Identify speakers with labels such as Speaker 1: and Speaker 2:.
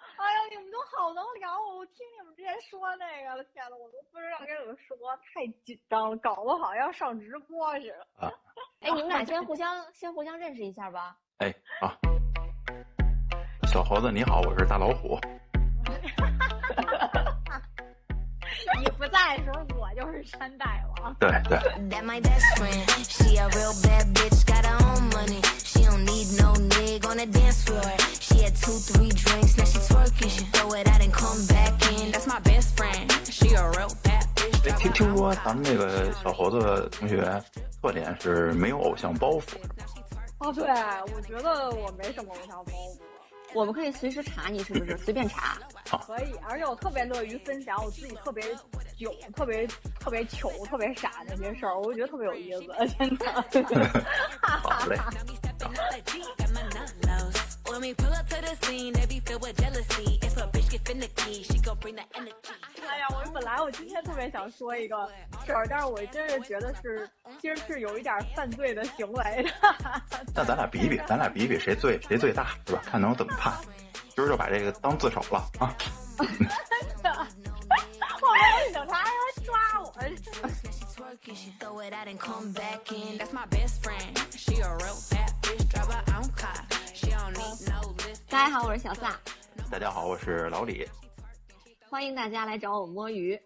Speaker 1: 哎好能聊哦，我听你们之前说那个了，天呐，我都不知道该怎么说，太紧张了，搞得好像上直播似的。
Speaker 2: 哎，你们俩先互相先互相认识一下吧。
Speaker 3: 哎啊，小猴子你好，我是大老虎。
Speaker 1: 你不在的时候，我就是山大王。
Speaker 3: 对对，
Speaker 4: That my best friend. She a real bad bitch, got her own money. She don't need no nigga on the dance floor. She had two, three drinks, now she twerking. She throw it out and come back in. That's my best friend. She a real bad bitch.
Speaker 3: 哎，听听说咱们这个小猴子同学特点是没有偶像包袱，
Speaker 1: 哦，对，我觉得我没什么偶像包袱，
Speaker 2: 我们可以随时查你是不是，随便查。
Speaker 1: 可以，而且我特别乐于分享我自己特别囧、特别特别糗、特别傻那些事儿，我觉得特别有意思，真 的。
Speaker 3: 好嘞。
Speaker 4: When we pull up to the scene, they be filled with jealousy. If a bitch get finicky, she gon' bring the energy.
Speaker 1: 哎呀，我本来我今天特别想说一个事儿，但是我真是觉得是，其实是有一点犯罪的行为的。
Speaker 3: 那咱俩比一比，咱俩比一比谁最谁最大，是吧？看能怎么判。今儿就把这个当自首了啊！
Speaker 1: 我们警察要抓我，
Speaker 4: She twerking, she throw it out and come back in. That's my best friend. She a real bad bitch, drive her own car. She don't need no lift.
Speaker 2: 大家好，我是小撒，
Speaker 3: 大家好，我是老李。
Speaker 2: 欢迎大家来找我摸鱼。